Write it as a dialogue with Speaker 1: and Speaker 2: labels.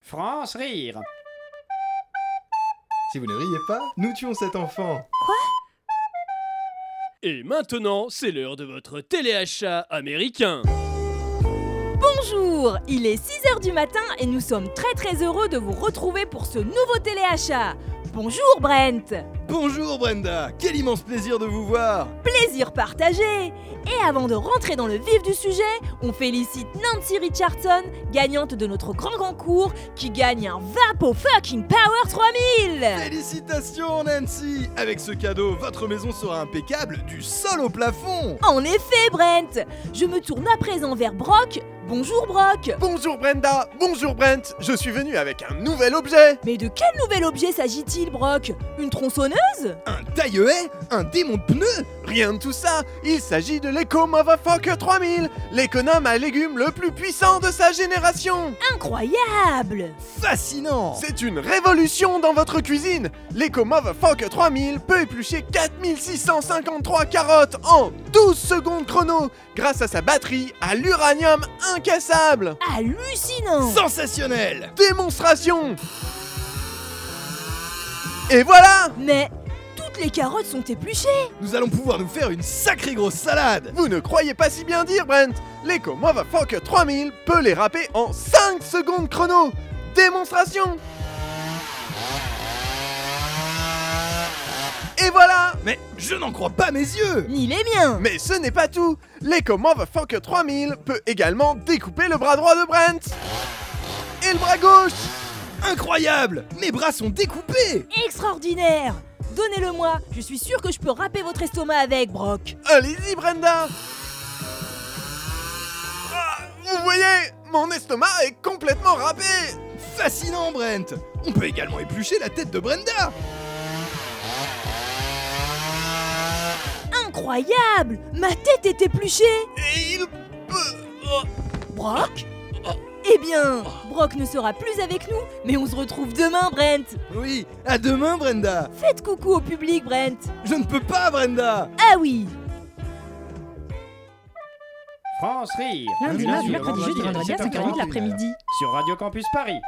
Speaker 1: France rire.
Speaker 2: Si vous ne riez pas, nous tuons cet enfant.
Speaker 3: Et maintenant, c'est l'heure de votre téléachat américain.
Speaker 4: Bonjour, il est 6h du matin et nous sommes très très heureux de vous retrouver pour ce nouveau téléachat. Bonjour Brent
Speaker 2: Bonjour Brenda, quel immense plaisir de vous voir.
Speaker 4: Plaisir partagé Et avant de rentrer dans le vif du sujet, on félicite Nancy Richardson, gagnante de notre grand concours, qui gagne un Vapo Fucking Power 3000
Speaker 2: Félicitations Nancy Avec ce cadeau, votre maison sera impeccable du sol au plafond.
Speaker 4: En effet Brent Je me tourne à présent vers Brock. Bonjour Brock
Speaker 5: Bonjour Brenda, bonjour Brent, je suis venu avec un nouvel objet
Speaker 4: Mais de quel nouvel objet s'agit-il Brock Une tronçonneuse
Speaker 2: Un taille-haie Un démon de pneu
Speaker 5: Rien de tout ça, il s'agit de l'Eco Motherfucker 3000, l'économe à légumes le plus puissant de sa génération
Speaker 4: Incroyable
Speaker 2: Fascinant
Speaker 5: C'est une révolution dans votre cuisine L'Eco Motherfucker 3000 peut éplucher 4653 carottes en 12 secondes chrono, grâce à sa batterie à l'uranium incassable
Speaker 4: Hallucinant
Speaker 2: Sensationnel
Speaker 5: Démonstration Et voilà
Speaker 4: Mais toutes les carottes sont épluchées
Speaker 2: Nous allons pouvoir nous faire une sacrée grosse salade
Speaker 5: Vous ne croyez pas si bien dire, Brent L'Eco Motherfucker 3000 peut les râper en 5 secondes chrono Démonstration Et voilà
Speaker 2: Mais je n'en crois pas mes yeux
Speaker 4: Ni les miens
Speaker 5: Mais ce n'est pas tout L'Eco Motherfucker 3000 peut également découper le bras droit de Brent Et le bras gauche
Speaker 2: Incroyable Mes bras sont découpés
Speaker 4: Extraordinaire Donnez-le-moi, je suis sûre que je peux râper votre estomac avec, Brock.
Speaker 5: Allez-y, Brenda Ah, Vous voyez Mon estomac est complètement râpé
Speaker 2: Fascinant Brent On peut également éplucher la tête de Brenda
Speaker 4: Incroyable Ma tête est épluchée
Speaker 5: Et il peut... oh.
Speaker 4: Brock Eh bien, Brock ne sera plus avec nous, mais on se retrouve demain, Brent
Speaker 2: Oui, à demain Brenda
Speaker 4: Faites coucou au public, Brent
Speaker 2: Je ne peux pas Brenda
Speaker 4: Ah oui
Speaker 1: France rire.
Speaker 6: Lundi,
Speaker 1: Du
Speaker 6: mardi,
Speaker 1: au
Speaker 6: mercredi, jeudi, vendredi à 5h30 de l'après-midi.
Speaker 1: Sur Radio Campus Paris.